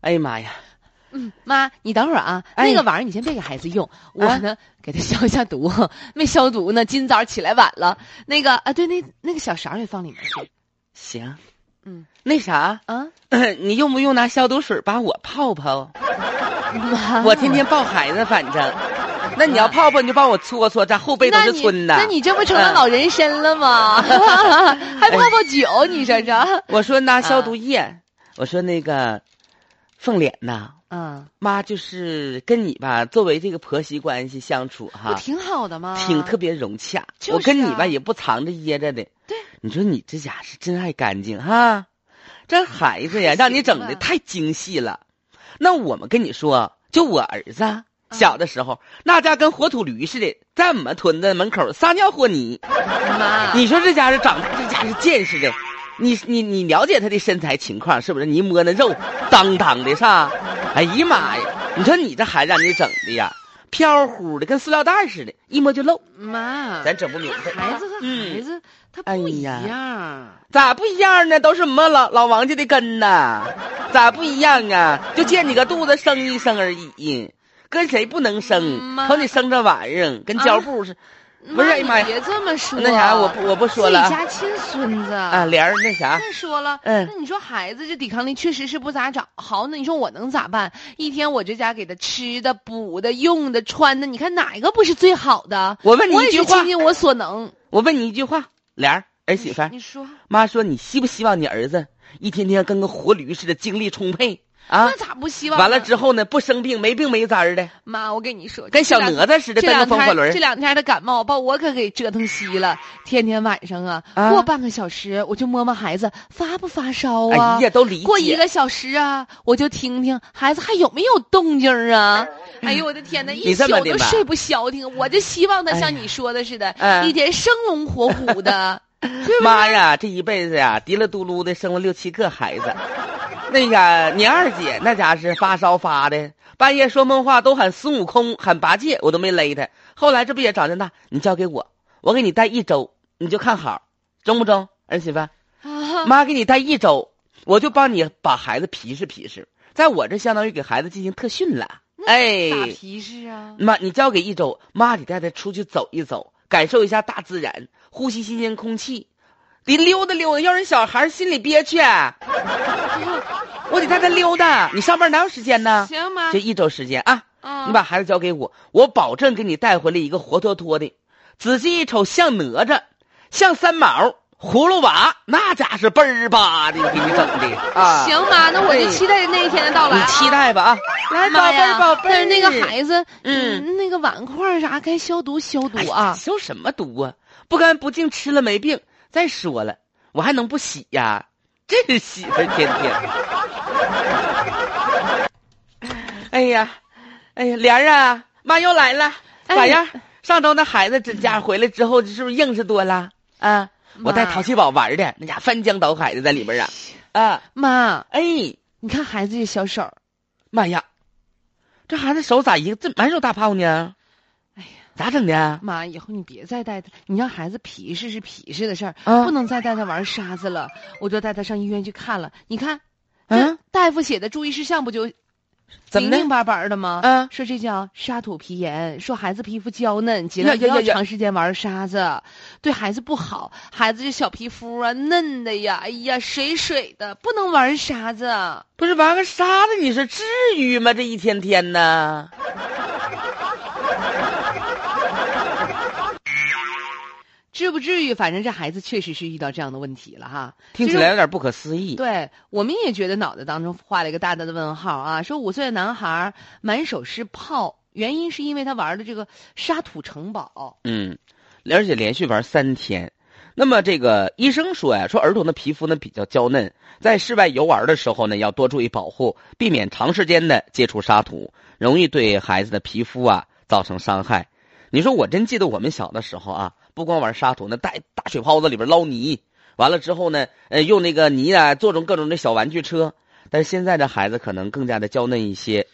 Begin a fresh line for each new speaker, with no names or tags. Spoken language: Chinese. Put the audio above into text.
哎呀妈呀！
嗯，妈，你等会儿啊，
哎啊
那个玩意儿你先别给孩子用，我呢给他消一下毒，没消毒呢，今早起来晚了。那个啊，对，那那个小勺也放里面去
行，
嗯，
那啥，
啊，
你用不用拿消毒水把我泡泡？
妈，
我天天抱孩子，反正。那你要泡泡，你就帮我搓搓，咱后背都
那
是
你
春的。
那你这不成了
嗯
老人参了吗？
哎
还泡泡酒，你这这，
我说拿
啊
消毒液，我说那个凤莲呐，
嗯，
妈就是跟你吧，作为这个婆媳关系相处
不
哈，
挺好的吗？
挺特别融洽。
啊就是
我跟你
啊
吧也不藏着掖着的。
对，
你说你这家是真爱干净哈，这孩子呀，让你 整的
吧
太精细了。那我们跟你说，就我儿子啊小的时候，那家跟活土驴似的，在我们屯子门口撒尿和泥。
啊妈，
你说这家是长大，这家是见识的。你你你了解他的身材情况是不是？你一摸那肉，当当的是吧？哎呀妈呀！你说你这孩子让你整的呀，飘忽的跟塑料袋似的，一摸就漏，
妈，
咱整不明白。
孩子和孩子他
哎
不一
呀
样。
咋不一样呢？都是我们老老王家的根呐，咋不一样啊？就见你个肚子生一生而已，跟谁不能生？
嗯妈
瞅你生这玩意儿，跟胶布似的。不是哎呀妈
妈，
呀
你别这么说。
那啥我不我不说了啊
自己家亲孙子
啊，莲儿那啥，
再说了，
嗯
那你说孩子这抵抗力确实是不咋长好，那你说我能咋办？一天我这家给他吃的、补的、用的、穿的，你看哪一个不是最好的？
我问你
我
一
也
句
是
话
尽，尽我 所能。
我问你一句话，莲儿儿媳妇儿啊
你说
妈说：“你希不希望你儿子一天天跟个活驴似的，精力充沛啊
那？咋不希望呢？
完了之后呢，不生病，没病没灾儿的，
妈，我跟你说，
跟小
这
哪
两
吒似的，
这
蹬个
两
风火轮
天这
儿。
两天的感冒把我可给折腾稀了，天天晚上啊，
啊
过半个小时我就摸摸孩子发不发烧啊。
哎呀，都理
过一
解。
个小时啊，我就听听孩子还有没有动静儿啊！哎呦，我的天哪，一
你
宿
这么的
都
吧
睡不消停。我就希望他
哎呀
像你说的似的，
嗯
一天生龙活虎 的。是吧？
妈呀，这一辈子呀，嘀了嘟噜的生了六七个孩子。那个你二姐那家是发烧发的，半夜说梦话都喊孙悟空，喊八戒，我都没勒她。后来这不也长这么大？你交给我，我给你带一周，你就看好，中不中，儿媳妇？”
啊
妈给你带一周，我就帮你把孩子皮实皮实，在我这相当于给孩子进行特训了。哎，
打皮是啊，
妈，你交给一周，妈得带他出去走一走，感受一下大自然，呼吸新鲜空气，得溜达溜达，要人小孩心里憋屈。啊我得带他溜达，你上班哪有时间呢？
行吗
就？一周时间啊，
啊，
你把孩子交给我，我保证给你带回来一个活脱脱的。仔细一瞅，像哪吒，像三毛，葫芦娃，那家是倍儿吧的，给你整的啊！，
行妈，那我就
哎
期待着那一天的到来
你
啊。
期待吧啊！来，宝
妈
贝儿，
呀！
宝贝儿，
但是那个孩子，
嗯，
那个碗筷儿啥该消毒消毒
哎呀
啊。
消什么毒啊？不干不净吃了没病。再说了，我还能不洗呀？真是媳妇儿天天。 哎呀，哎呀，莲儿啊，妈又来了，
哎
咋样？上周那孩子这家回来之后，是不是硬实多了啊？我带
妈
淘气堡玩儿的，那家翻江倒海的在里边儿啊啊！
妈，
哎，
你看孩子这小手儿，
妈呀，这孩子手咋一个这满手大泡呢？
哎呀，
咋整的啊？
妈，以后你别再带他，你让孩子皮实是皮实的事儿，
啊
不能再带他玩沙子了。我就带他上医院去看了，你看，
啊
这大夫写的注意事项不就
怎
明
么的
明？白白的吗？
啊
说这叫沙土皮炎，说孩子皮肤娇嫩，尽
呀
量不
呀
要
呀呀
长时间玩沙子，对孩子不好。孩子这小皮肤啊，嫩的呀，哎呀，水水的，不能玩沙子。
不是玩个沙子，你说至于吗？这一天天呢？
至不至于，反正这孩子确实是遇到这样的问题了哈。
听起
就是
来有点不可思议。
对我们也觉得脑袋当中画了一个大大的问号啊！说五岁的男孩儿满手是泡，原因是因为他玩的这个沙土城堡。
嗯，而且连续玩三天。那么这个医生说呀、说儿童的皮肤呢比较娇嫩，在室外游玩的时候呢要多注意保护，避免长时间的接触沙土，容易对孩子的皮肤啊造成伤害。你说我真记得我们小的时候啊，不光玩沙土，那大大水泡子里边捞泥，完了之后呢，呃，用那个泥啊做成各种的小玩具车。但是现在的孩子可能更加的娇嫩一些，